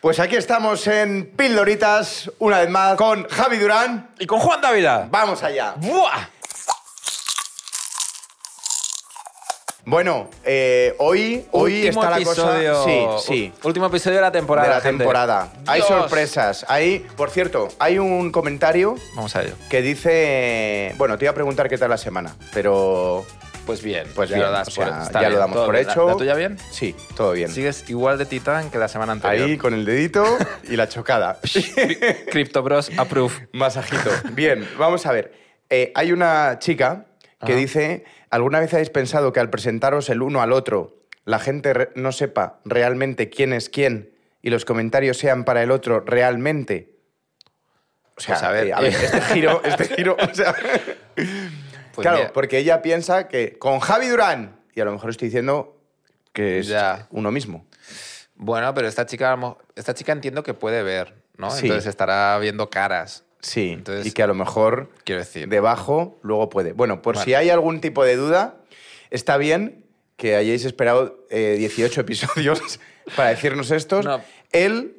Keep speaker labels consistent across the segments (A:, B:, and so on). A: Pues aquí estamos en Pildoritas, una vez más, con Javi Durán.
B: Y con Juan Dávila.
A: ¡Vamos allá!
B: ¡Buah!
A: Bueno, eh, hoy, hoy
B: Último
A: está la
B: episodio.
A: cosa... Sí, sí.
B: Ú- Último episodio de la temporada.
A: de la
B: gente.
A: temporada. Hay
B: Dios.
A: sorpresas. Hay, por cierto, hay un comentario
B: Vamos a ello.
A: que dice... Bueno, te iba a preguntar qué tal la semana, pero...
B: Pues bien,
A: Pues
B: ya
A: bien,
B: lo das
A: o sea,
B: por- está
A: ya lo
B: bien,
A: damos
B: todo
A: por
B: bien. ¿La-
A: hecho.
B: ¿La, tuya bien?
A: Sí, todo bien.
B: Sigues igual de titán que la semana anterior.
A: Ahí con el dedito y la chocada.
B: Cri- Crypto Bros approve.
A: Masajito. Bien, vamos a ver. Eh, hay una chica que
B: Ajá.
A: dice, ¿alguna vez habéis pensado que al presentaros el uno al otro, la gente re- no sepa realmente quién es quién y los comentarios sean para el otro realmente? O sea,
B: Pues a ver.
A: eh, este giro, este giro, o sea,
B: Pues
A: claro,
B: mira,
A: porque ella piensa que con Javi Durán, y a lo mejor estoy diciendo que es
B: Ya.
A: uno mismo.
B: Bueno, pero esta chica, a lo mo- esta chica entiendo que puede ver, ¿no?
A: Sí.
B: Entonces estará viendo caras,
A: Sí,
B: Entonces-
A: y que a lo mejor
B: quiero decir.
A: debajo, luego puede. Bueno, por
B: Vale.
A: si hay algún tipo de duda, está bien que hayáis esperado eh, 18 episodios para decirnos estos.
B: No.
A: Él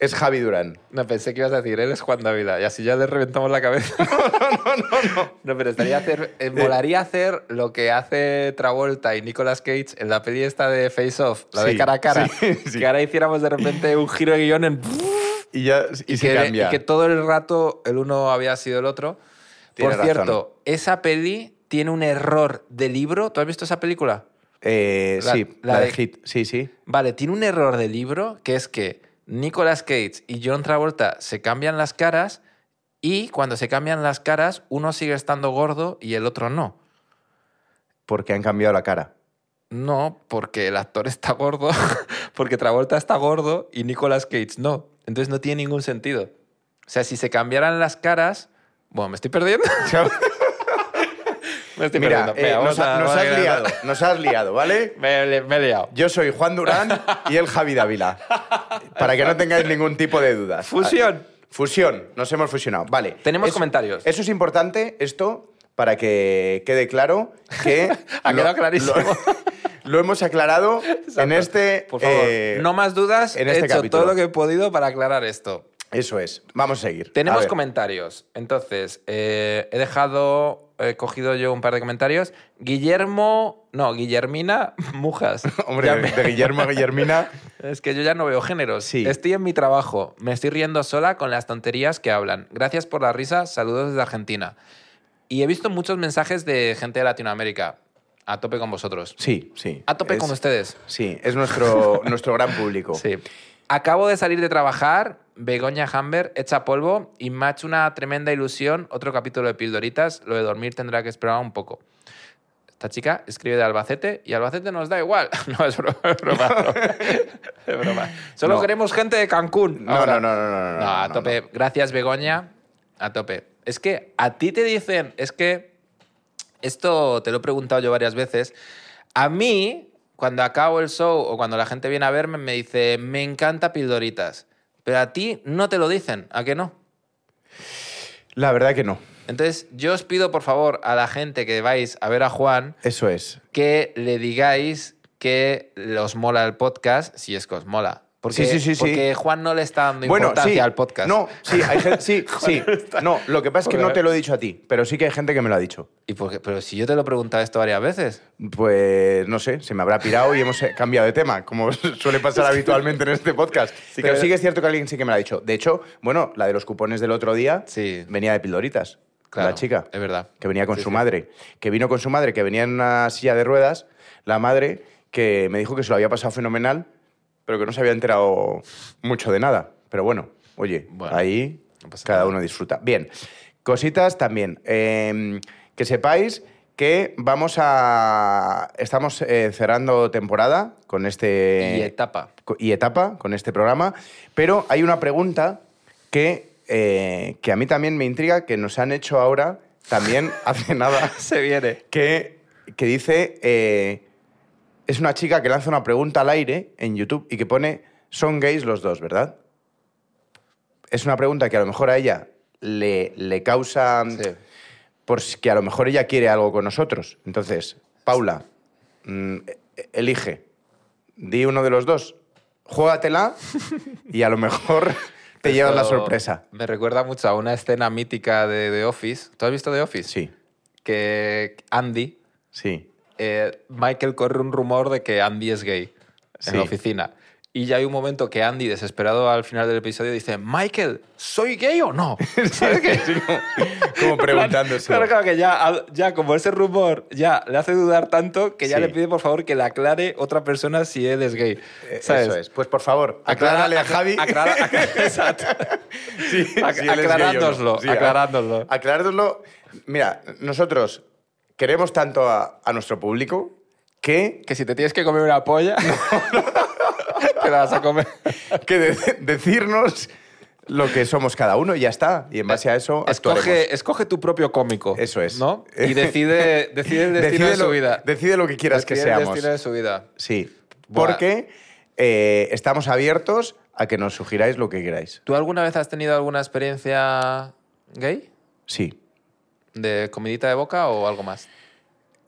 A: es Javi Durán.
B: No, pensé que ibas a decir, él es Juan Dávila, y así ya le reventamos la cabeza. No, no, no, no. No, pero estaría hacer, eh, molaría hacer lo que hace Travolta y Nicolas Cage en la peli esta de Face Off, la
A: Sí,
B: de cara a cara.
A: sí, sí.
B: Que ahora hiciéramos de repente un giro de guión en...
A: Y ya y se
B: que,
A: cambia.
B: y que todo el rato el uno había sido el otro.
A: Tiene
B: Por cierto, esa peli tiene un error de libro. ¿Tú has visto esa película?
A: Eh,
B: La-
A: sí, la,
B: la
A: de
B: de-
A: Hit. Sí, sí.
B: Vale, tiene un error de libro que es que Nicolas Cage y John Travolta se cambian las caras y cuando se cambian las caras uno sigue estando gordo y el otro no.
A: Porque han cambiado la cara.
B: No, porque el actor está gordo, porque Travolta está gordo y Nicolas Cage no. Entonces no tiene ningún sentido. O sea, si se cambiaran las caras... Bueno, me estoy perdiendo. me estoy
A: Mira,
B: perdiendo.
A: eh,
B: Venga,
A: nos,
B: vamos a-
A: ha- nos
B: vamos a
A: has
B: quedar-
A: liado, nos has liado, ¿vale?
B: Me, me he liado.
A: Yo soy Juan Durán y él Javi Dávila. Para que no tengáis ningún tipo de dudas.
B: Fusión.
A: Fusión, nos hemos fusionado. Vale.
B: Ah, Tenemos
A: Eso-
B: comentarios.
A: Eso es importante, esto, para que quede claro que.
B: Ha
A: lo-
B: quedado clarísimo.
A: Lo, lo hemos aclarado en este.
B: Por favor,
A: eh,
B: no más dudas.
A: en
B: he
A: este
B: hecho
A: capítulo.
B: todo lo que he podido para aclarar esto.
A: Eso es. Vamos a seguir. A
B: Tenemos
A: ver.
B: comentarios. Entonces, eh, he dejado, he cogido yo un par de comentarios. Guillermo, no, Guillermina Mujas.
A: Hombre,
B: Ya
A: de,
B: me-
A: de Guillermo a Guillermina.
B: es que yo ya no veo géneros.
A: Sí.
B: Estoy en mi trabajo. Me estoy riendo sola con las tonterías que hablan. Gracias por la risa. Saludos desde Argentina. Y he visto muchos mensajes de gente de Latinoamérica. A tope con vosotros.
A: Sí, sí.
B: A tope
A: Es-
B: con ustedes.
A: Sí, es nuestro, nuestro gran público.
B: Sí. Acabo de salir de trabajar, Begoña Hamber, hecha polvo, y me ha hecho una tremenda ilusión otro capítulo de Pildoritas. Lo de dormir tendrá que esperar un poco. Esta chica escribe de Albacete y Albacete nos da igual. No, es broma. Es broma, es broma. Es broma. Solo
A: No.
B: queremos gente de Cancún.
A: No,
B: ahora.
A: no, no, no, no, no,
B: a
A: Ah, no,
B: tope. Gracias, Begoña. A tope. Es que a ti te dicen, es que esto te lo he preguntado yo varias veces. A mí, cuando acabo el show o cuando la gente viene a verme, me dice, me encanta Pildoritas. Pero a ti no te lo dicen, ¿a que no?
A: La verdad que no.
B: Entonces, yo os pido, por favor, a la gente que vais a ver a Juan,
A: Eso es.
B: que le digáis que os mola el podcast, si es que os mola.
A: Sí,
B: Porque,
A: sí, sí, sí.
B: porque Juan no le está dando importancia al podcast.
A: No, sí, hay gen- sí, sí. No, lo que pasa es que
B: Joder.
A: no te lo he dicho a ti, pero sí que hay gente que me lo ha dicho.
B: ¿Y por qué? Pero si yo te lo he preguntado esto varias veces.
A: Pues no sé, se me habrá pirado y hemos eh, cambiado de tema, como suele pasar habitualmente en este podcast.
B: que
A: Pero
B: había-
A: sí que es cierto que alguien sí que me lo ha dicho. De hecho, bueno, la de los cupones del otro día
B: Sí.
A: venía de Pildoritas,
B: Claro,
A: la chica,
B: Es verdad.
A: que venía con
B: Sí,
A: su
B: sí.
A: madre, que vino con su madre, que venía en una silla de ruedas, la madre que me dijo que se lo había pasado fenomenal, pero que no se había enterado mucho de nada. Pero bueno, oye,
B: Bueno,
A: ahí
B: no pasa
A: cada
B: nada.
A: uno disfruta. Bien, cositas también. Eh, que sepáis que vamos a... Estamos eh, cerrando temporada con este
B: Y etapa.
A: co- y etapa con este programa, pero hay una pregunta que, eh, que a mí también me intriga, que nos han hecho ahora, también hace nada,
B: Se viene.
A: que, que dice, eh, es una chica que lanza una pregunta al aire en YouTube y que pone, son gays los dos, ¿verdad? Es una pregunta que a lo mejor a ella le, le causa,
B: Sí.
A: por si- que a lo mejor ella quiere algo con nosotros. Entonces, Paula, mm, e- elige, di uno de los dos juégatela y a lo mejor te llevas la
B: Esto
A: sorpresa.
B: Me recuerda mucho a una escena mítica de The Office. ¿Tú has visto The Office?
A: Sí,
B: Que Andy,
A: sí.
B: eh, Michael corre un rumor de que Andy es gay en
A: Sí.
B: la oficina. Y ya hay un momento que Andy, desesperado al final del episodio, dice, Michael, ¿soy gay o no? ¿Sabes qué?
A: Sí, como, como preguntándose.
B: Claro, claro, que ya, ya como ese rumor ya le hace dudar tanto que ya
A: Sí.
B: le pide por favor que le aclare otra persona si él es gay.
A: Eh,
B: ¿sabes?
A: Eso es. Pues por favor, aclárale a
B: acla-
A: Javi.
B: aclara- ac- exacto.
A: Sí,
B: Ac-
A: sí, ah. él es
B: aclarándoslo,
A: gay o no. a-
B: aclarándoslo.
A: aclarándoslo. Mira, nosotros queremos tanto a, a nuestro público que,
B: Que si te tienes que comer una polla, te la vas a comer.
A: que de- decirnos lo que somos cada uno y ya está. Y en base a eso actuaremos.
B: Escoge, escoge tu propio cómico.
A: Eso es.
B: ¿No? Y decide, decide el destino de su
A: lo,
B: vida.
A: decide lo que quieras
B: Decide
A: que
B: el
A: seamos.
B: destino de su vida.
A: Sí.
B: Buah.
A: Porque eh, estamos abiertos a que nos sugiráis lo que queráis.
B: ¿Tú alguna vez has tenido alguna experiencia gay?
A: Sí.
B: ¿De comidita de boca o algo más?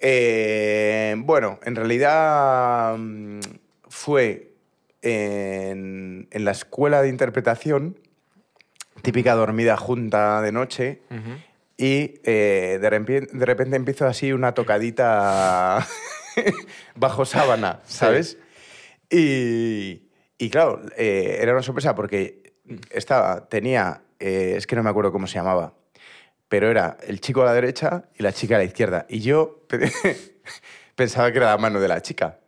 A: Eh, bueno, en realidad mm, fue en, en la escuela de interpretación, típica dormida junta de noche, y eh, de, repien- de repente empiezo así una tocadita bajo sábana, ¿sabes? Y, y claro, eh, era una sorpresa porque estaba, tenía, eh, es que no me acuerdo cómo se llamaba, pero era el chico a la derecha y la chica a la izquierda. Y yo pe- pensaba que era la mano de la chica.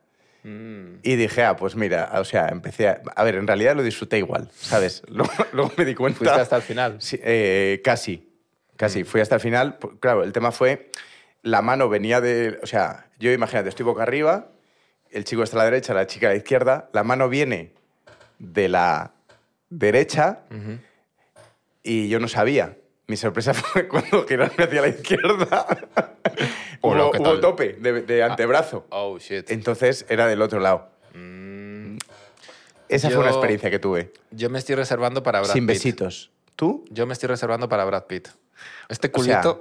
B: Mm.
A: Y dije, ah, pues mira, o sea, empecé a... A ver, en realidad lo disfruté igual, ¿sabes? Luego, luego me di cuenta...
B: Fuiste hasta el final.
A: Sí, eh, casi,
B: Mm.
A: casi. Fui hasta el final. P- Claro, el tema fue, la mano venía de... O sea, yo imagínate, estoy boca arriba, el chico está a la derecha, la chica a la izquierda, la mano viene de la derecha
B: Ujú.
A: y yo no sabía. Mi sorpresa fue cuando girarme hacia la izquierda.
B: Hola,
A: hubo,
B: ¿qué
A: hubo
B: tal? Ah.
A: tope de, de antebrazo.
B: Oh, shit.
A: Entonces era del otro lado. Esa fue una
B: Yo-
A: experiencia que tuve.
B: Yo me estoy reservando para Brad
A: Sin
B: Pitt.
A: besitos. ¿Tú?
B: Yo me estoy reservando para Brad Pitt. Este
A: O sea-
B: culito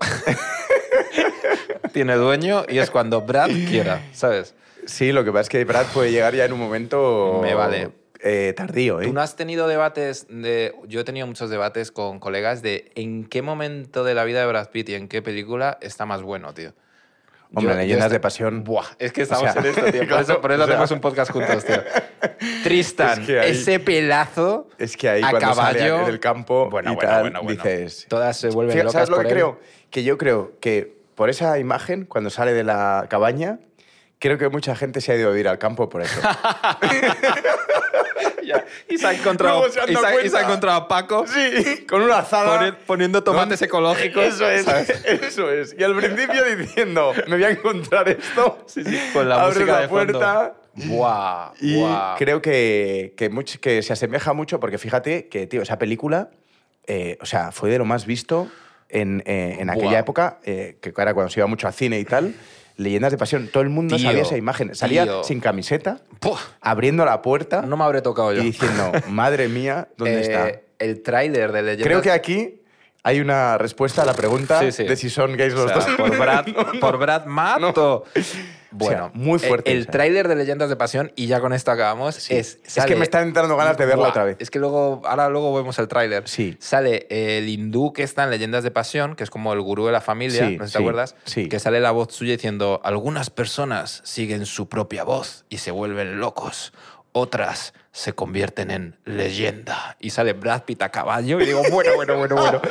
B: tiene dueño y es cuando Brad quiera, ¿sabes?
A: Sí, lo que pasa es que Brad puede llegar ya en un momento.
B: Me vale.
A: eh, tardío, ¿eh?
B: ¿Tú no has tenido debates de... Yo he tenido muchos debates con colegas de en qué momento de la vida de Brad Pitt y en qué película está más bueno, tío.
A: Hombre,
B: yo- yo
A: leyendas
B: esta-
A: de pasión.
B: Buah, es que estamos
A: O sea,
B: en esto, tío. Por
A: claro,
B: eso, por eso
A: o sea.
B: hacemos un podcast juntos, tío. Tristan,
A: Es que ahí-
B: ese pelazo
A: Es que ahí
B: a
A: cuando
B: caballo...
A: sale del campo
B: Bueno,
A: y
B: bueno,
A: tal,
B: bueno, bueno.
A: dices.
B: Todas se vuelven
A: Fíjate,
B: locas
A: ¿Sabes lo
B: por
A: que
B: él.
A: creo? Que yo creo que por esa imagen, cuando sale de la cabaña, creo que mucha gente se ha ido a vivir al campo por eso.
B: Ya, Y se ha encontrado,
A: Luego se han
B: y
A: dado
B: se ha- y se ha
A: cuenta.
B: encontrado a Paco
A: sí, con una azada.
B: poni- poniendo tomates ecológicos.
A: Eso es,
B: ¿sabes?
A: eso es. Y al principio diciendo, me voy a encontrar esto.
B: Sí, sí, con la
A: Abres
B: música
A: la
B: de
A: puerta.
B: fondo. Buah,
A: Y
B: buah.
A: creo que, que, much- que se asemeja mucho, porque fíjate que, tío, esa película, eh, o sea, fue de lo más visto en, eh, en aquella
B: Buah.
A: época, eh, que era cuando se iba mucho al cine y tal. Leyendas de pasión, todo el mundo
B: Tío,
A: sabía esa imagen. Salía
B: tío.
A: sin camiseta,
B: Buah,
A: abriendo la puerta
B: no me habré tocado
A: y
B: yo.
A: diciendo, madre mía, ¿dónde
B: Eh,
A: está?
B: El tráiler de Leyendas.
A: Creo que aquí hay una respuesta a la pregunta
B: Sí, sí.
A: de si son gays los
B: O sea,
A: dos.
B: por Brad, por Brad mato. Bueno,
A: O sea, muy fuerte,
B: El,
A: o sea.
B: tráiler de Leyendas de Pasión y ya con esto acabamos. Es,
A: es
B: sale-
A: que me están entrando ganas de verla
B: Buah,
A: otra vez.
B: Es que luego, ahora luego vemos el tráiler.
A: Sí.
B: Sale el hindú que está en Leyendas de Pasión, que es como el gurú de la familia,
A: Sí,
B: no sé si
A: sí,
B: te acuerdas,
A: sí.
B: que sale la voz suya diciendo, algunas personas siguen su propia voz y se vuelven locos. Otras se convierten en leyenda. Y sale Brad Pitt a caballo y digo, bueno, bueno, bueno, bueno.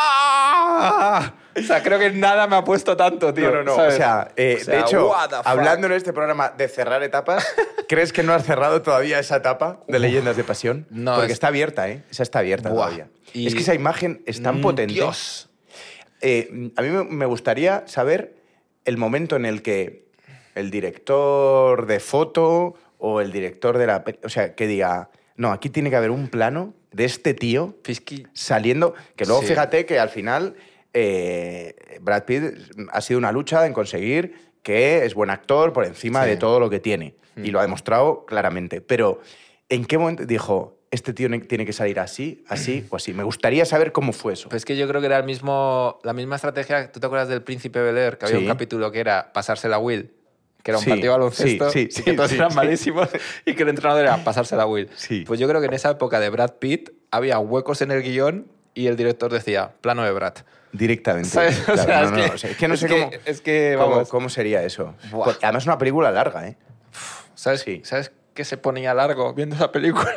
B: ¡Buah! O sea, creo que nada me ha puesto tanto, tío.
A: No, no, no.
B: ¿sabes?
A: O, sea, eh,
B: O sea,
A: de hecho,
B: what the fuck.
A: hablando en este programa de cerrar etapas, ¿crees que no has cerrado todavía esa etapa de Leyendas de Pasión?
B: No,
A: Porque
B: es-
A: está abierta, ¿eh? Esa está abierta
B: Buah.
A: todavía.
B: Y-
A: Es que esa imagen es tan
B: Mm,
A: potente.
B: Dios.
A: Eh, a mí me- me gustaría saber el momento en el que el director de foto o el director de la... pe- O sea, que diga, no, aquí tiene que haber un plano de este tío
B: Fisky.
A: saliendo. Que luego
B: Sí.
A: fíjate que al final eh, Brad Pitt ha sido una lucha en conseguir que es buen actor por encima
B: Sí.
A: de todo lo que tiene.
B: Mm.
A: Y lo ha demostrado claramente. Pero, ¿en qué momento dijo, este tío ne- tiene que salir así, así o así? Me gustaría saber cómo fue eso.
B: Pues es que yo creo que era el mismo, la misma estrategia. ¿Tú te acuerdas del Príncipe Bel Air? Que había
A: Sí.
B: un capítulo que era pasársela a Will. que era un
A: Sí,
B: partido de baloncesto
A: sí, sí,
B: y
A: sí,
B: que todos
A: sí,
B: eran
A: sí.
B: malísimos y que el entrenador era pasársela a Will.
A: Sí.
B: Pues yo creo que en esa época de Brad Pitt había huecos en el guión y el director decía, plano de Brad.
A: Directamente.
B: ¿Sabes? O
A: Claro,
B: sea,
A: no,
B: es
A: no,
B: que-
A: o sea, es que no
B: es
A: sé
B: que-
A: cómo,
B: es que,
A: cómo-
B: vamos.
A: cómo sería eso.
B: Buah.
A: Porque además es una película larga, ¿eh?
B: ¿Sabes?
A: Sí.
B: ¿Sabes qué se ponía largo viendo esa película?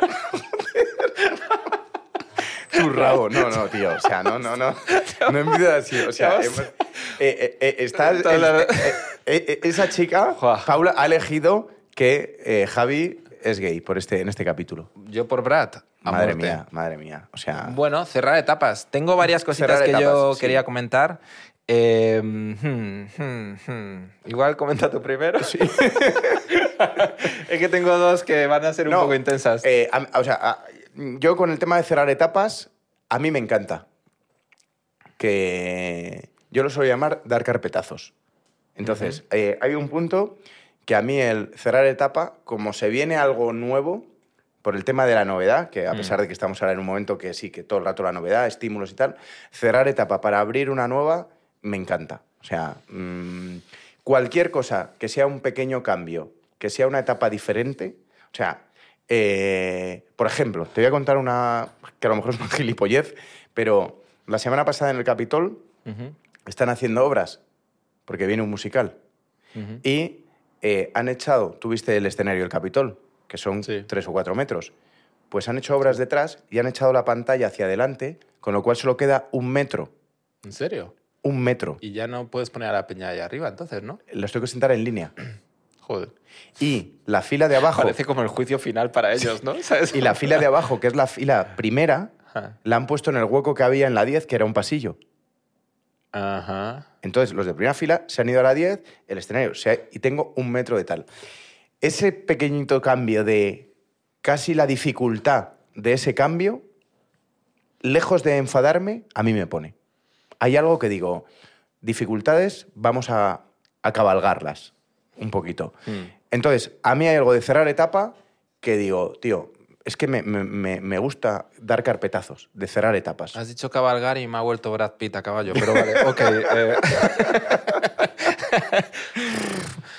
A: Tu rabo. No, no, tío. O sea, no, no, no. No empieces así. O sea,
B: Te vas-
A: hemos- eh, eh, eh, estás-
B: Toda
A: eh,
B: la-
A: eh, eh, eh, esa chica,
B: Buah.
A: Paula, ha elegido que eh, Javi es gay por este, en este capítulo.
B: yo por Brad. a
A: Madre
B: muerte.
A: mía, madre mía. O sea,
B: Bueno, cerrar etapas. Tengo varias cositas
A: Cerrar
B: que yo
A: etapas, sí.
B: quería comentar. Eh, hmm, hmm, hmm. Igual comenta tú primero. es que tengo dos que van a ser un
A: No,
B: poco intensas.
A: eh, a- o sea, a- yo con el tema de cerrar etapas, a mí me encanta. Que yo lo suelo llamar dar carpetazos. Entonces, eh, hay un punto que a mí el cerrar etapa, como se viene algo nuevo, por el tema de la novedad, que a pesar de que estamos ahora en un momento que sí, que todo el rato la novedad, estímulos y tal, cerrar etapa para abrir una nueva, me encanta. O sea, mm, cualquier cosa que sea un pequeño cambio, que sea una etapa diferente, o sea, eh, por ejemplo, te voy a contar una, que a lo mejor es una gilipollez, pero la semana pasada en el Capitol
B: Ujú,
A: están haciendo obras, porque viene un musical.
B: ujú.
A: Y eh, han echado, tuviste el escenario del Capitol, que son
B: Sí.
A: tres o cuatro metros. Pues han hecho obras detrás y han echado la pantalla hacia adelante, con lo cual solo queda un metro.
B: ¿En serio?
A: Un metro.
B: Y ya no puedes poner a la peña ahí arriba, entonces, ¿no?
A: Los tengo que sentar en línea.
B: Joder.
A: Y la fila de abajo,
B: Parece como el juicio final para ellos, ¿no? ¿Sabes?
A: y la fila de abajo, que es la fila primera,
B: Ajá.
A: la han puesto en el hueco que había en la 10, que era un pasillo.
B: Ajá.
A: Entonces, los de primera fila se han ido a la 10, el escenario, se ha- y tengo un metro de tal. Ese pequeñito cambio de casi la dificultad de ese cambio, lejos de enfadarme, a mí me pone. Hay algo que digo, dificultades, vamos a, a cabalgarlas un poquito.
B: Mm.
A: Entonces, a mí hay algo de cerrar etapa que digo, tío, es que me, me- me- me gusta dar carpetazos, de cerrar etapas.
B: Has dicho cabalgar y me ha vuelto Brad Pitt a caballo, pero vale, ok. eh,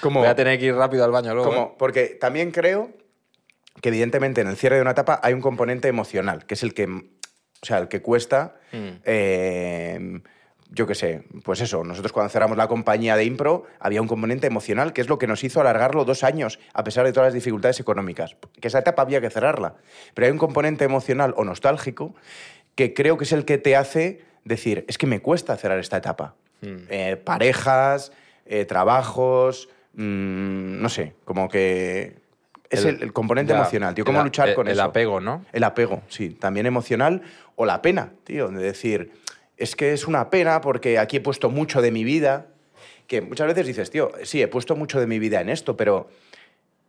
A: Como-
B: voy a tener que ir rápido al baño luego. ¿eh?
A: Como- porque también creo que evidentemente en el cierre de una etapa hay un componente emocional, que es el que, o sea, el que cuesta,
B: Mm.
A: eh, yo qué sé, pues eso, nosotros cuando cerramos la compañía de impro había un componente emocional, que es lo que nos hizo alargarlo dos años, a pesar de todas las dificultades económicas, que esa etapa había que cerrarla, pero hay un componente emocional o nostálgico que creo que es el que te hace decir, es que me cuesta cerrar esta etapa.
B: Mm.
A: Eh, parejas, eh, trabajos, mm, no sé, como que es
B: El-
A: el, el componente
B: Ya,
A: emocional, tío. ¿Cómo
B: el a-
A: luchar con
B: el,
A: eso?
B: El apego, ¿no?
A: El apego, sí. También emocional o la pena, tío. De decir, es que es una pena porque aquí he puesto mucho de mi vida. Que muchas veces dices, tío, sí, he puesto mucho de mi vida en esto, pero,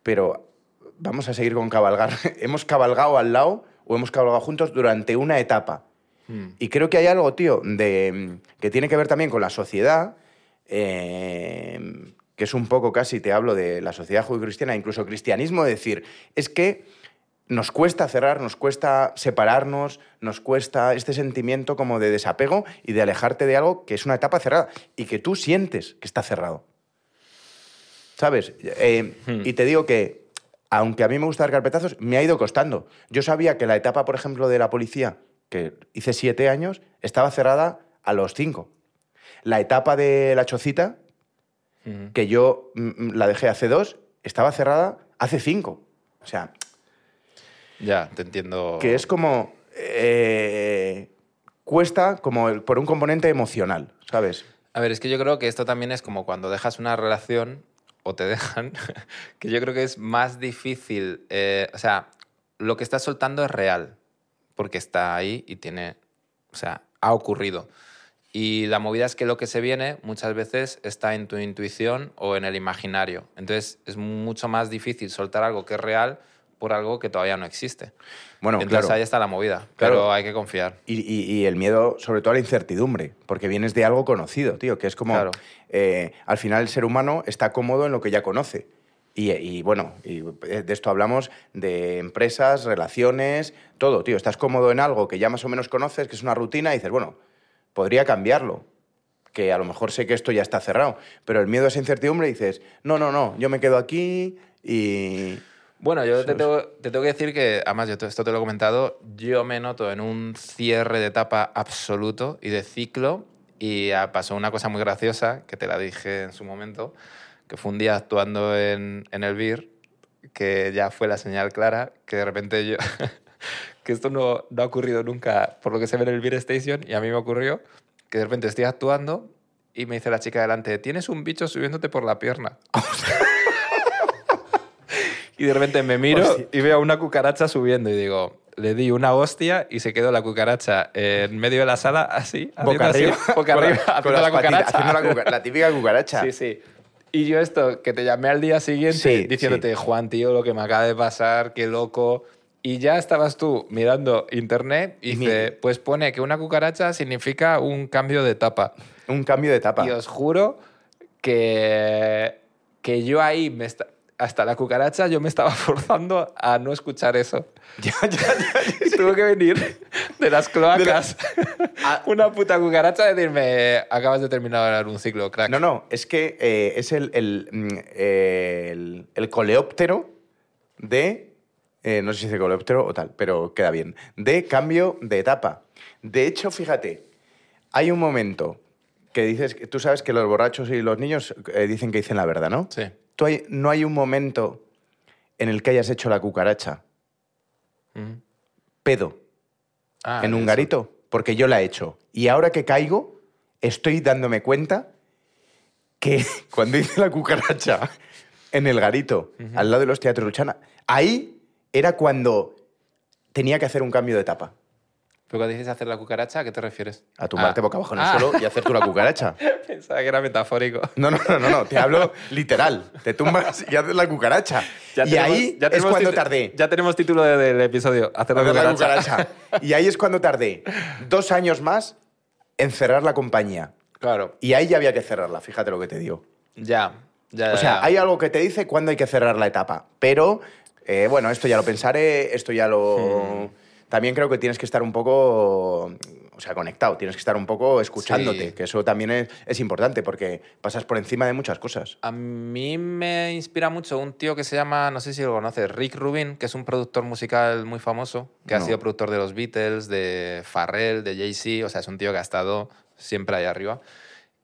A: pero vamos a seguir con cabalgar. hemos cabalgado al lado o hemos cabalgado juntos durante una etapa.
B: Mm.
A: Y creo que hay algo, tío, de, mm, que tiene que ver también con la sociedad, eh, que es un poco casi, te hablo de la sociedad judio-cristiana, incluso cristianismo, de decir, es que nos cuesta cerrar, nos cuesta separarnos, nos cuesta este sentimiento como de desapego y de alejarte de algo que es una etapa cerrada y que tú sientes que está cerrado. ¿Sabes? Eh,
B: Hmm.
A: Y te digo que, aunque a mí me gusta dar carpetazos, me ha ido costando. Yo sabía que la etapa, por ejemplo, de la policía, que hice siete años, estaba cerrada a los cinco. La etapa de la chocita,
B: Mm.
A: que yo mm, mm, la dejé hace dos, estaba cerrada hace cinco. O sea,
B: Ya, te entiendo.
A: que es como... eh, cuesta como el- por un componente emocional, ¿sabes?
B: A ver, es que yo creo que esto también es como cuando dejas una relación o te dejan, que yo creo que es más difícil. eh, o sea, lo que estás soltando es real, porque está ahí y tiene, o sea, ha ocurrido. Y la movida es que lo que se viene muchas veces está en tu intuición o en el imaginario. Entonces es mucho más difícil soltar algo que es real por algo que todavía no existe.
A: Bueno,
B: Entonces
A: claro.
B: ahí está la movida,
A: Claro.
B: pero hay que confiar.
A: Y, y- y el miedo, sobre todo a la incertidumbre, porque vienes de algo conocido, tío, que es como,
B: Claro.
A: eh, al final el ser humano está cómodo en lo que ya conoce. Y, y, bueno, y de esto hablamos de empresas, relaciones, todo, tío. Estás cómodo en algo que ya más o menos conoces, que es una rutina, y dices, bueno, podría cambiarlo. que a lo mejor sé que esto ya está cerrado, pero el miedo a esa incertidumbre dices, no, no, no, yo me quedo aquí y...
B: Bueno, yo te tengo, te tengo que decir que, además, yo te- esto te lo he comentado, yo me noto en un cierre de etapa absoluto y de ciclo. Y ah, pasó una cosa muy graciosa, que te la dije en su momento, que fue un día actuando en, en el BIR, que ya fue la señal clara, que de repente yo... que esto no, no ha ocurrido nunca, por lo que se ve en el Beer Station, y a mí me ocurrió, que de repente estoy actuando y me dice la chica delante, tienes un bicho subiéndote por la pierna. Y de repente me miro
A: Hostia.
B: y veo a una cucaracha subiendo y digo, le di una hostia y se quedó la cucaracha en medio de la sala así, haciendo
A: Boca
B: así,
A: arriba,
B: boca
A: con la-
B: arriba,
A: con
B: haciendo
A: las
B: la
A: patitas,
B: cucaracha.
A: haciendo la, cuca- la típica cucaracha.
B: Sí, sí. Y yo esto, que te llamé al día siguiente
A: Sí,
B: diciéndote, Juan, tío, lo que me acaba de pasar, qué loco. Y ya estabas tú mirando internet y
A: Y
B: dice,
A: mira.
B: pues pone que una cucaracha significa un cambio de etapa.
A: Un cambio de etapa.
B: Y os juro que, que yo ahí, me esta- hasta la cucaracha, yo me estaba forzando a no escuchar eso.
A: Ya, ya, ya.
B: Y tuvo que venir de las cloacas
A: Ah,
B: una puta cucaracha a decirme, acabas de terminar un ciclo, crack.
A: No, no, es que eh, es el, el, mm, eh, el- el coleóptero de... eh, no sé si dice coleóptero o tal, pero queda bien. De cambio de etapa. De hecho, fíjate, hay un momento que dices... que Tú sabes que los borrachos y los niños eh, dicen que dicen la verdad, ¿no?
B: Sí.
A: Tú hay- no hay un momento en el que hayas hecho la cucaracha.
B: Mm.
A: Pedo.
B: Ah,
A: en un
B: eso.
A: garito, porque yo la he hecho. Y ahora que caigo, estoy dándome cuenta que cuando hice la cucaracha en el garito, al lado de los teatros Luchana, ahí era cuando tenía que hacer un cambio de etapa.
B: Pero cuando dices hacer la cucaracha, ¿a qué te refieres?
A: A tumbarte
B: Ah.
A: boca abajo en el
B: Ah.
A: suelo y hacer tú la cucaracha.
B: Pensaba que era metafórico.
A: No, no, no, no, no, te hablo literal. Te tumbas y haces la cucaracha. y ahí es cuando tardé.
B: Ya tenemos título de- del episodio, hacer la
A: Hacer la
B: cucaracha.
A: cucaracha. Y ahí es cuando tardé dos años más en cerrar la compañía.
B: Claro,
A: Y ahí ya había que cerrarla, fíjate lo que te digo.
B: ya, ya,
A: O sea,
B: ya.
A: hay algo que te dice cuándo hay que cerrar la etapa, pero eh, bueno, esto ya lo pensaré, esto ya lo...
B: Hmm.
A: También creo que tienes que estar un poco, o sea, conectado, tienes que estar un poco escuchándote,
B: Sí.
A: que eso también es, es importante porque pasas por encima de muchas cosas.
B: A mí me inspira mucho un tío que se llama, no sé si lo conoces, Rick Rubin, que es un productor musical muy famoso, que ha
A: No.
B: sido productor de los Beatles, de Farrell, de Jay-Z, o sea, es un tío que ha estado siempre ahí arriba.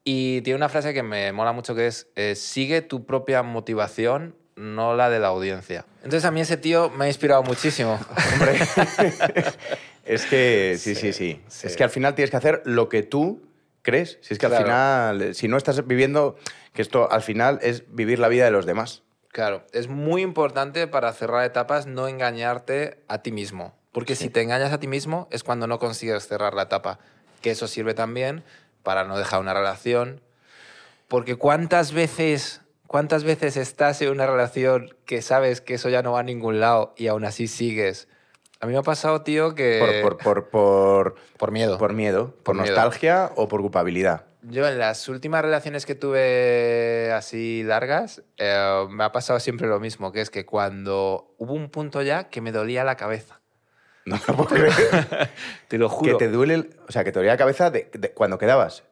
B: Y tiene una frase que me mola mucho que es, eh, sigue tu propia motivación, no la de la audiencia. Entonces a mí ese tío me ha inspirado muchísimo.
A: Hombre, es que sí, sí,
B: Sí,
A: sí,
B: sí.
A: Es que al final tienes que hacer lo que tú crees. Si es que
B: Claro.
A: al final, si no estás viviendo, que esto al final es vivir la vida de los demás.
B: Claro, es muy importante para cerrar etapas no engañarte a ti mismo. Porque si te engañas a ti mismo es cuando no consigues cerrar la etapa. Que eso sirve también para no dejar una relación. Porque cuántas veces, cuántas veces estás en una relación que sabes que eso ya no va a ningún lado y aún así sigues. A mí me ha pasado, tío, que...
A: por, por, por, por,
B: por miedo.
A: Por miedo, por,
B: Por miedo.
A: nostalgia o por culpabilidad.
B: Yo en las últimas relaciones que tuve así largas, eh, me ha pasado siempre lo mismo, que es que cuando hubo un punto ya que me dolía la cabeza.
A: No lo puedo creer.
B: Te lo
A: que
B: juro.
A: te duele, el- o sea, que te dolía la cabeza de, de cuando quedabas.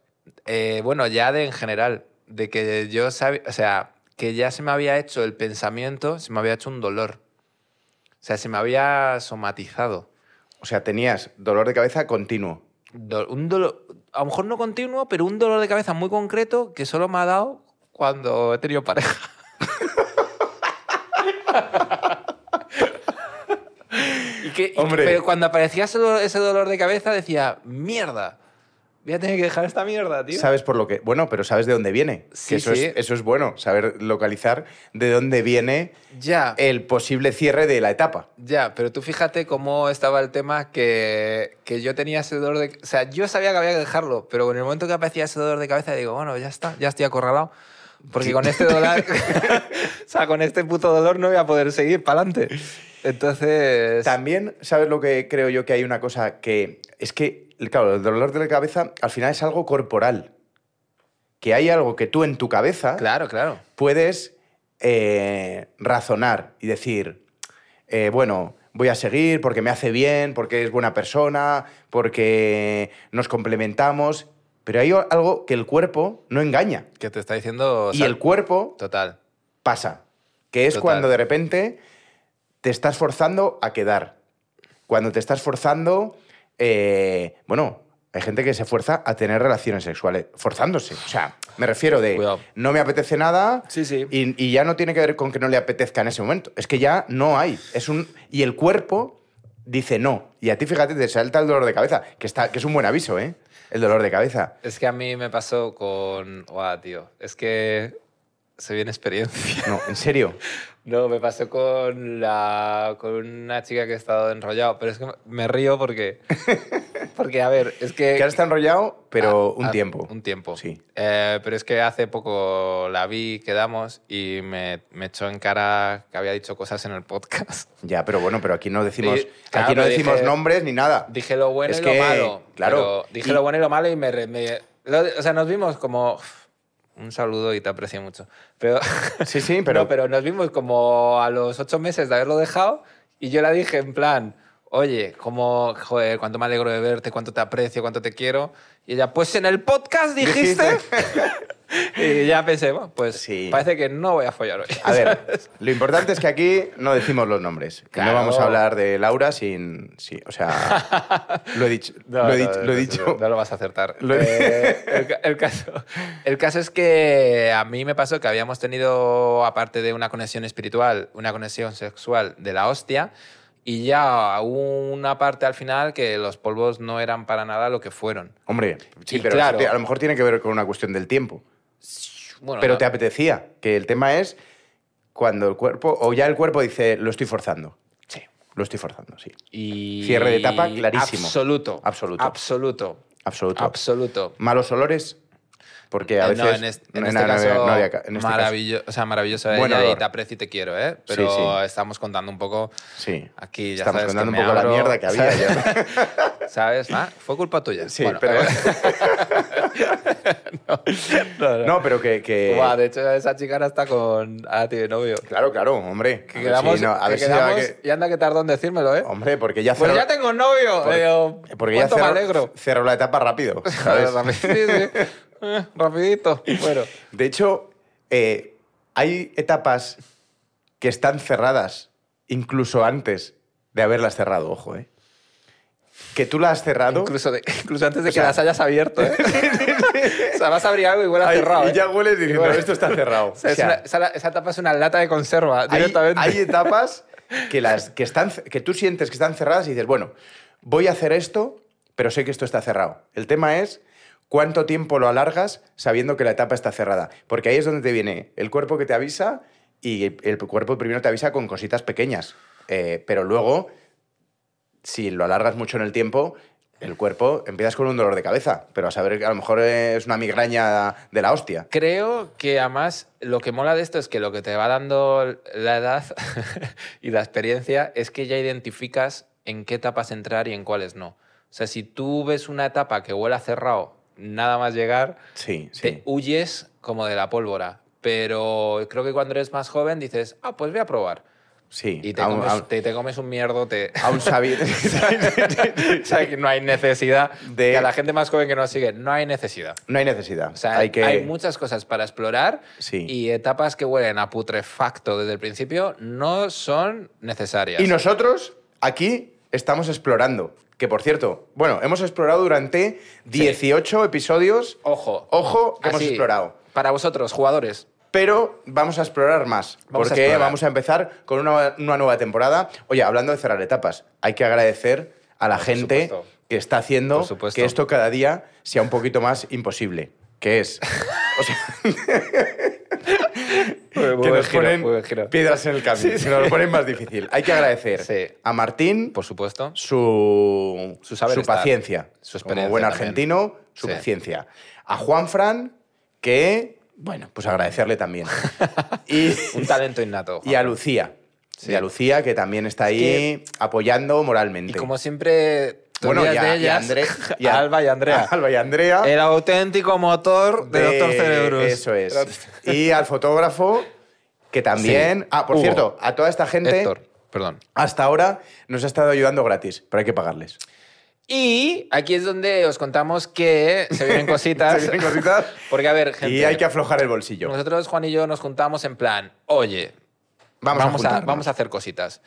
B: Eh, bueno, ya de en general, de que yo sabía, o sea, que ya se me había hecho el pensamiento, se me había hecho un dolor. O sea, se me había somatizado.
A: O sea, tenías dolor de cabeza continuo.
B: Do- un dolor, a lo mejor no continuo, pero un dolor de cabeza muy concreto que solo me ha dado cuando he tenido pareja. y que, y que-
A: Hombre.
B: pero cuando aparecía ese dolor, ese dolor de cabeza decía, mierda, voy a tener que dejar esta mierda, tío.
A: Sabes por lo que. Bueno, pero sabes de dónde viene. Que
B: Sí,
A: eso,
B: sí.
A: Es, eso es bueno, saber localizar de dónde viene
B: Ya,
A: el posible cierre de la etapa.
B: ya, pero tú fíjate cómo estaba el tema que, que yo tenía ese dolor de... O sea, yo sabía que había que dejarlo, pero en el momento que aparecía ese dolor de cabeza digo, bueno, ya está, ya estoy acorralado. Porque con este dolor, o sea, con este puto dolor no voy a poder seguir para adelante. Entonces,
A: También, ¿sabes lo que creo yo que hay una cosa que es que, claro, el dolor de la cabeza al final es algo corporal. Que hay algo que tú en tu cabeza
B: claro, claro.
A: puedes eh, razonar y decir, eh, bueno, voy a seguir porque me hace bien, porque es buena persona, porque nos complementamos, Pero hay algo que el cuerpo no engaña.
B: Que te está diciendo. o
A: y
B: sea,
A: el cuerpo
B: Total.
A: pasa. Que es
B: Total.
A: cuando de repente te estás forzando a quedar. Cuando te estás forzando. eh, bueno, hay gente que se fuerza a tener relaciones sexuales. Forzándose. O sea, me refiero de.
B: Cuidado.
A: No me apetece nada.
B: Sí, sí.
A: Y, y ya no tiene que ver con que no le apetezca en ese momento. Es que ya no hay. Es un, y el cuerpo dice no. Y a ti, fíjate, te salta el dolor de cabeza. Que, está, que es un buen aviso, ¿eh? El dolor de cabeza.
B: Es que a mí me pasó con. Guau, tío. Es que. Se viene experiencia.
A: No, en serio.
B: No, me pasó con, la, con una chica que he estado enrollado, pero es que me río porque... Porque, a ver, es que...
A: Que ahora está enrollado, pero
B: Eh, Ah,
A: un
B: hace-
A: tiempo.
B: Un tiempo.
A: Sí.
B: Eh, pero es que hace poco la vi, quedamos y me, me echó en cara que había dicho cosas en el podcast.
A: Ya, pero bueno, pero aquí no decimos,
B: Sí, claro,
A: aquí no
B: pero
A: decimos
B: dije-
A: nombres ni nada.
B: Dije lo bueno
A: Es
B: y
A: que,
B: lo malo.
A: claro,
B: pero Dije
A: y-
B: lo bueno y lo malo y me... re- me- lo- o sea, nos vimos como... "Uf, Un saludo y te aprecio mucho. Pero...
A: Sí, sí, pero,
B: No, pero nos vimos como a los ocho meses de haberlo dejado y yo la dije en plan, oye, como, joder, cuánto me alegro de verte, cuánto te aprecio, cuánto te quiero. Y ella, pues en el podcast dijiste. y ya pensé, "Bueno, pues
A: Sí.
B: parece que no voy a follar hoy.
A: a ver, lo importante es que aquí no decimos los nombres. que
B: Claro.
A: No vamos a hablar de Laura sin, sí, o sea, lo he dicho,
B: No,
A: lo he,
B: no,
A: dicho-
B: no,
A: lo he
B: no,
A: dicho.
B: No, no lo vas a acertar.
A: Lo he-
B: Eh, el, ca- el caso, el caso es que a mí me pasó que habíamos tenido, aparte de una conexión espiritual, una conexión sexual de la hostia. Y ya hubo una parte al final que los polvos no eran para nada lo que fueron.
A: Hombre, sí,
B: Y
A: pero
B: claro.
A: eso te- a lo mejor tiene que ver con una cuestión del tiempo.
B: Bueno,
A: Pero
B: no,
A: te apetecía, que el tema es cuando el cuerpo, o ya el cuerpo dice, lo estoy forzando.
B: sí.
A: Lo estoy forzando, sí.
B: Y-
A: Cierre de etapa clarísimo.
B: Absoluto.
A: Absoluto.
B: Absoluto.
A: Absoluto.
B: Absoluto.
A: Malos olores, porque a
B: Eh,
A: veces...
B: no, en es- en
A: no,
B: este
A: no, no, no
B: caso,
A: había ca- en este caso.
B: maravillo- o sea, maravillosa
A: Buen
B: ella y
A: olor.
B: te aprecio y te quiero, ¿eh? Pero
A: sí.
B: estamos contando un poco
A: Sí.
B: aquí, ya
A: Estamos
B: sabes que
A: contando un
B: me
A: poco la
B: abro,
A: mierda que había.
B: ¿sabes?
A: ya.
B: ¿Sabes? Ah, fue culpa tuya.
A: Sí,
B: Bueno, eh,
A: pero.
B: a ver. no, no.
A: no, Eh, pero que. que-
B: Buah, de hecho, esa chica ahora está con... Ah, tío, novio.
A: Claro, claro, hombre.
B: Que quedamos,
A: Sí, no, a
B: que
A: ver si
B: quedamos
A: ya que-
B: y anda que tardó en decírmelo, ¿eh?
A: Hombre, porque ya
B: pues
A: cerró.
B: ya tengo novio.
A: por-
B: Le digo,
A: porque ya
B: "Cuánto
A: cerró,
B: me alegro.
A: cerró la etapa rápido. ¿sabes?
B: Sí, sí. Eh, Rapidito. Bueno.
A: De hecho, eh, hay etapas que están cerradas incluso antes de haberlas cerrado, ojo, ¿eh? Que tú la has cerrado.
B: Incluso, de- incluso antes de
A: O
B: que
A: sea-
B: las hayas abierto, ¿eh? o sea, vas a abrir algo y huele a
A: Ay,
B: cerrado,
A: y
B: ¿eh?
A: ya hueles diciendo,
B: Igual.
A: esto está cerrado.
B: O sea, es
A: O sea,
B: una- esa, esa etapa es una lata de conserva,
A: Hay-
B: directamente.
A: Hay, etapas que, las, que, están, que tú sientes que están cerradas y dices, bueno, voy a hacer esto, pero sé que esto está cerrado. El tema es cuánto tiempo lo alargas sabiendo que la etapa está cerrada. Porque ahí es donde te viene el cuerpo que te avisa y el cuerpo primero te avisa con cositas pequeñas. Eh, pero luego, si lo alargas mucho en el tiempo... El cuerpo empiezas con un dolor de cabeza, pero a saber que a lo mejor es una migraña de la hostia.
B: Creo que además lo que mola de esto es que lo que te va dando la edad y la experiencia es que ya identificas en qué etapas entrar y en cuáles no. O sea, si tú ves una etapa que huele a cerrado, nada más llegar,
A: Sí, sí.
B: te huyes como de la pólvora. Pero creo que cuando eres más joven dices, ah, pues voy a probar.
A: sí.
B: Y te,
A: Aún-
B: comes,
A: aún-
B: te- te comes un mierdo, te...
A: aún sabiendo.
B: o sea, que no hay necesidad.
A: De-
B: Que a la gente más joven que nos sigue, no hay necesidad.
A: No hay necesidad.
B: O sea,
A: hay
B: hay,
A: que...
B: muchas cosas para explorar
A: Sí.
B: y etapas que huelen a putrefacto desde el principio no son necesarias.
A: Y nosotros aquí estamos explorando. Que por cierto, bueno, hemos explorado durante 18 episodios.
B: Ojo.
A: Ojo, que hemos
B: Así,
A: explorado.
B: Para vosotros, jugadores.
A: Pero vamos a explorar más.
B: Vamos a
A: porque
B: explorar.
A: vamos a empezar con una, una nueva temporada. Oye, hablando de cerrar etapas, hay que agradecer a la
B: Por
A: gente
B: supuesto.
A: que está haciendo
B: Por supuesto.
A: que esto cada día sea un poquito más imposible. Que es. O sea, que nos ponen piedras en el camino. que Nos lo ponen más difícil. Hay que agradecer
B: Sí.
A: a Martín
B: Por supuesto.
A: su,
B: Su saber estar.
A: paciencia.
B: Su experiencia
A: Como buen
B: también.
A: argentino, su
B: Sí.
A: paciencia. A Juan Fran, que, bueno, pues agradecerle también. y,
B: Un talento innato.
A: y a Lucía.
B: Sí.
A: Y a Lucía, que también está ahí apoyando moralmente.
B: Y como siempre, tú
A: Bueno,
B: olvidas
A: y a-
B: de
A: y a
B: ellas,
A: André- y a-
B: Alba y Andrea.
A: A Alba y Andrea. Eh,
B: El auténtico motor de, Doctor Cerebrus.
A: Eso es. Y al fotógrafo, que también.
B: Sí.
A: Ah, por
B: Hugo.
A: cierto, a toda esta gente.
B: Héctor, perdón.
A: Hasta ahora nos ha estado ayudando gratis, pero hay que pagarles.
B: Y aquí es donde os contamos que se vienen cositas.
A: Se vienen cositas.
B: Porque, a ver, gente.
A: Y hay que aflojar el bolsillo.
B: Nosotros, Juan y yo, nos juntamos en plan, oye,
A: Vamos, a, juntarnos.
B: vamos a hacer cositas.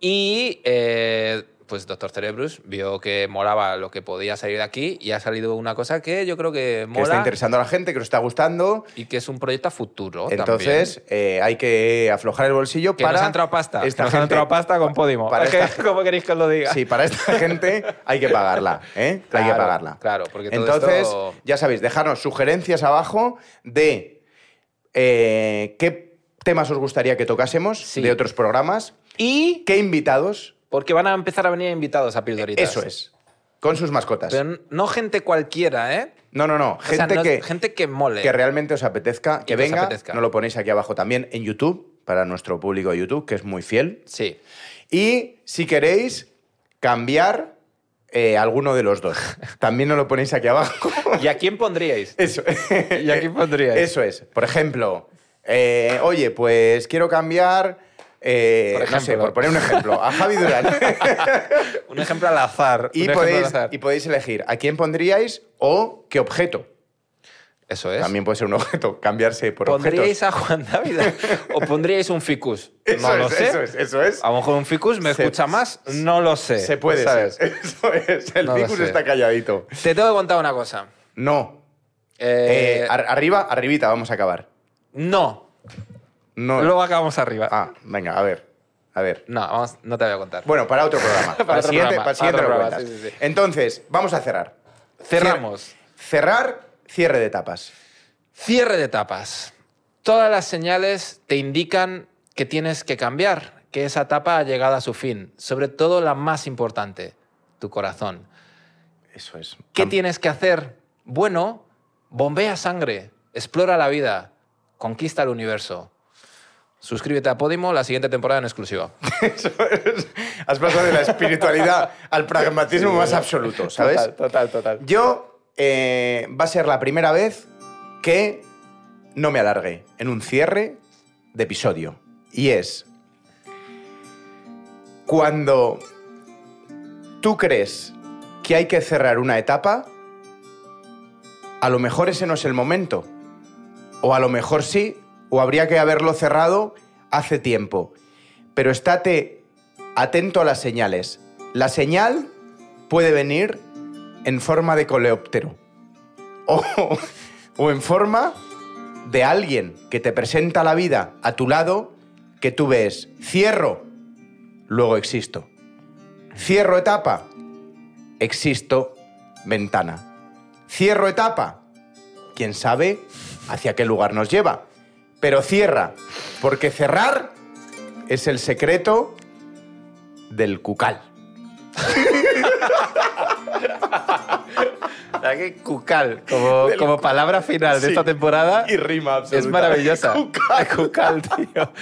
B: Y eh, pues Doctor Cerebrus vio que molaba lo que podía salir de aquí y ha salido una cosa que yo creo que
A: Que está
B: mola
A: interesando a la gente, que nos está gustando.
B: y que es un proyecto a futuro.
A: Entonces, eh, hay que aflojar el bolsillo
B: también. que
A: para.
B: nos ha entrado pasta.
A: esta
B: nos ha
A: gente.
B: entrado pasta con Podimo.
A: Para
B: Es que,
A: esta-
B: ¿Cómo queréis que os lo diga?
A: Sí, para esta gente hay que pagarla, ¿eh? hay que
B: Claro,
A: pagarla.
B: claro, porque todo
A: Entonces,
B: esto-
A: ya sabéis, dejarnos sugerencias abajo de eh, qué temas os gustaría que tocásemos
B: Sí.
A: de otros programas,
B: Y
A: qué invitados,
B: porque van a empezar a venir invitados a Pildoritas.
A: eso es, con sus mascotas.
B: Pero no gente cualquiera, ¿eh?
A: no, no, no,
B: O sea,
A: gente
B: no-
A: que,
B: gente que mole.
A: que realmente os apetezca, que
B: que os
A: venga,
B: apetezca.
A: nos lo ponéis aquí abajo también en YouTube, para nuestro público de YouTube, que es muy fiel.
B: sí.
A: Y si queréis cambiar eh, alguno de los dos, también nos lo ponéis aquí abajo.
B: ¿Y a quién pondríais?
A: Eso.
B: ¿Y aquí pondríais?
A: Eso es. Por ejemplo, eh, oye, pues quiero cambiar. eh,
B: Por
A: no sé,
B: ejemplo.
A: por poner un ejemplo, a Javi Durán.
B: Un ejemplo al azar. un
A: y,
B: ejemplo al
A: podéis,
B: azar.
A: y podéis elegir a quién pondríais o qué objeto.
B: Eso es.
A: También puede ser un objeto, cambiarse por
B: ¿Pondríais
A: objetos.
B: a Juan David o pondríais un ficus?
A: Eso
B: no
A: es,
B: lo sé.
A: eso es, eso es.
B: A lo mejor un ficus me
A: Se-
B: escucha más. No lo sé. Pues,
A: Se puede,
B: ¿sabes?
A: ser. Eso es. El
B: No lo
A: ficus
B: sé.
A: está calladito.
B: Te tengo que contar una cosa.
A: No.
B: Eh,
A: Eh, ar- arriba, arribita, vamos a acabar.
B: no.
A: No.
B: Luego acabamos arriba.
A: Ah, venga, a ver. A ver.
B: No, vamos- no te voy a contar.
A: Bueno, para otro programa. para, el
B: otro
A: siguiente,
B: programa,
A: para el siguiente
B: para otro
A: lo
B: programa,
A: cuentas.
B: sí, sí, sí.
A: Entonces, vamos a cerrar.
B: Cerramos.
A: Cerrar, cierre de etapas.
B: Cierre de etapas. Todas las señales te indican que tienes que cambiar, que esa etapa ha llegado a su fin. Sobre todo la más importante, tu corazón.
A: Eso es.
B: ¿Qué
A: Tam-
B: tienes que hacer? Bueno, bombea sangre, explora la vida, conquista el universo. Suscríbete a Podimo la siguiente temporada en exclusiva.
A: Eso es. Has pasado de la espiritualidad al pragmatismo más absoluto, ¿sabes?
B: Total, total.
A: Yo eh, va a ser la primera vez que no me alargue en un cierre de episodio. Y es cuando tú crees que hay que cerrar una etapa, a lo mejor ese no es el momento. O a lo mejor sí, o habría que haberlo cerrado hace tiempo. Pero estate atento a las señales. La señal puede venir en forma de coleóptero. O, o en forma de alguien que te presenta la vida a tu lado, que tú ves, cierro, luego existo. Cierro etapa, existo, ventana. Cierro etapa, quién sabe hacia qué lugar nos lleva. Pero cierra, porque cerrar es el secreto del cucal.
B: cucal, como,
A: Del
B: como palabra final de
A: Sí.
B: esta temporada,
A: rima
B: es maravillosa. Cucal, tío.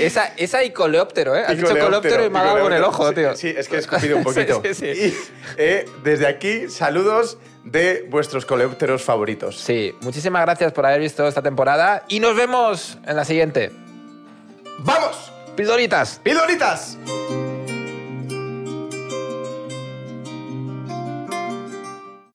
B: Esa, esa y coleóptero, ¿eh? Has dicho coleóptero y me ha dado algo en el ojo,
A: Sí,
B: tío.
A: Sí, es que he escupido un poquito.
B: sí, sí.
A: Y, eh, desde aquí, saludos de vuestros coleópteros favoritos.
B: Sí, muchísimas gracias por haber visto esta temporada y nos vemos en la siguiente.
A: ¡Vamos!
B: Pildoritas.
A: ¡Pidoritas!